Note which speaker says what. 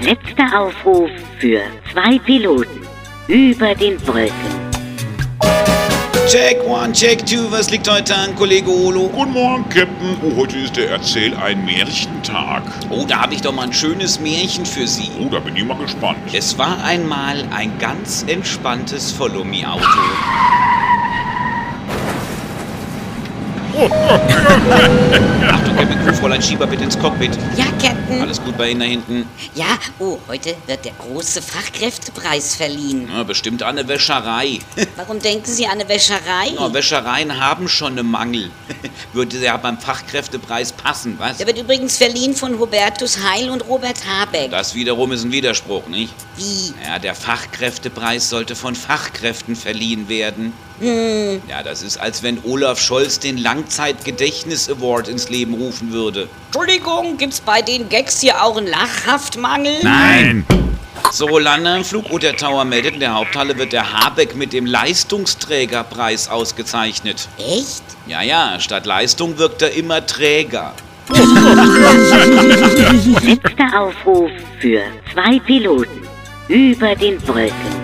Speaker 1: Letzter Aufruf für zwei Piloten über den Wolken.
Speaker 2: Check one, check two, was liegt heute an, Kollege Olo?
Speaker 3: Guten Morgen, Captain. Oh, heute ist der Erzähl ein Märchentag.
Speaker 2: Oh, da habe ich doch mal ein schönes Märchen für Sie.
Speaker 3: Oh, da bin ich mal gespannt.
Speaker 2: Es war einmal ein ganz entspanntes Follow-Me-Auto. Achtung, Captain Crew, Fräulein Schieber, bitte ins Cockpit.
Speaker 4: Ja, Captain.
Speaker 2: Alles gut bei Ihnen da hinten?
Speaker 4: Ja, oh, heute wird der große Fachkräftepreis verliehen.
Speaker 2: Ja, bestimmt an eine Wäscherei.
Speaker 4: Warum denken Sie an eine Wäscherei?
Speaker 2: Ja, Wäschereien haben schon einen Mangel. Würde ja beim Fachkräftepreis passen, was?
Speaker 4: Der wird übrigens verliehen von Hubertus Heil und Robert Habeck.
Speaker 2: Das wiederum ist ein Widerspruch, nicht?
Speaker 4: Wie?
Speaker 2: Ja, der Fachkräftepreis sollte von Fachkräften verliehen werden.
Speaker 4: Hm,
Speaker 2: Ja, das ist, als wenn Olaf Scholz den Langzeitgedächtnis-Award ins Leben rufen würde.
Speaker 4: Entschuldigung, gibt's bei den Gags hier auch einen Lachhaftmangel?
Speaker 3: Nein.
Speaker 2: So, Lande im Flugroter Tower meldet, in der Haupthalle wird der Habeck mit dem Leistungsträgerpreis ausgezeichnet.
Speaker 4: Echt?
Speaker 2: Ja, ja, statt Leistung wirkt er immer träger.
Speaker 1: Letzter Aufruf für zwei Piloten über den Wolken.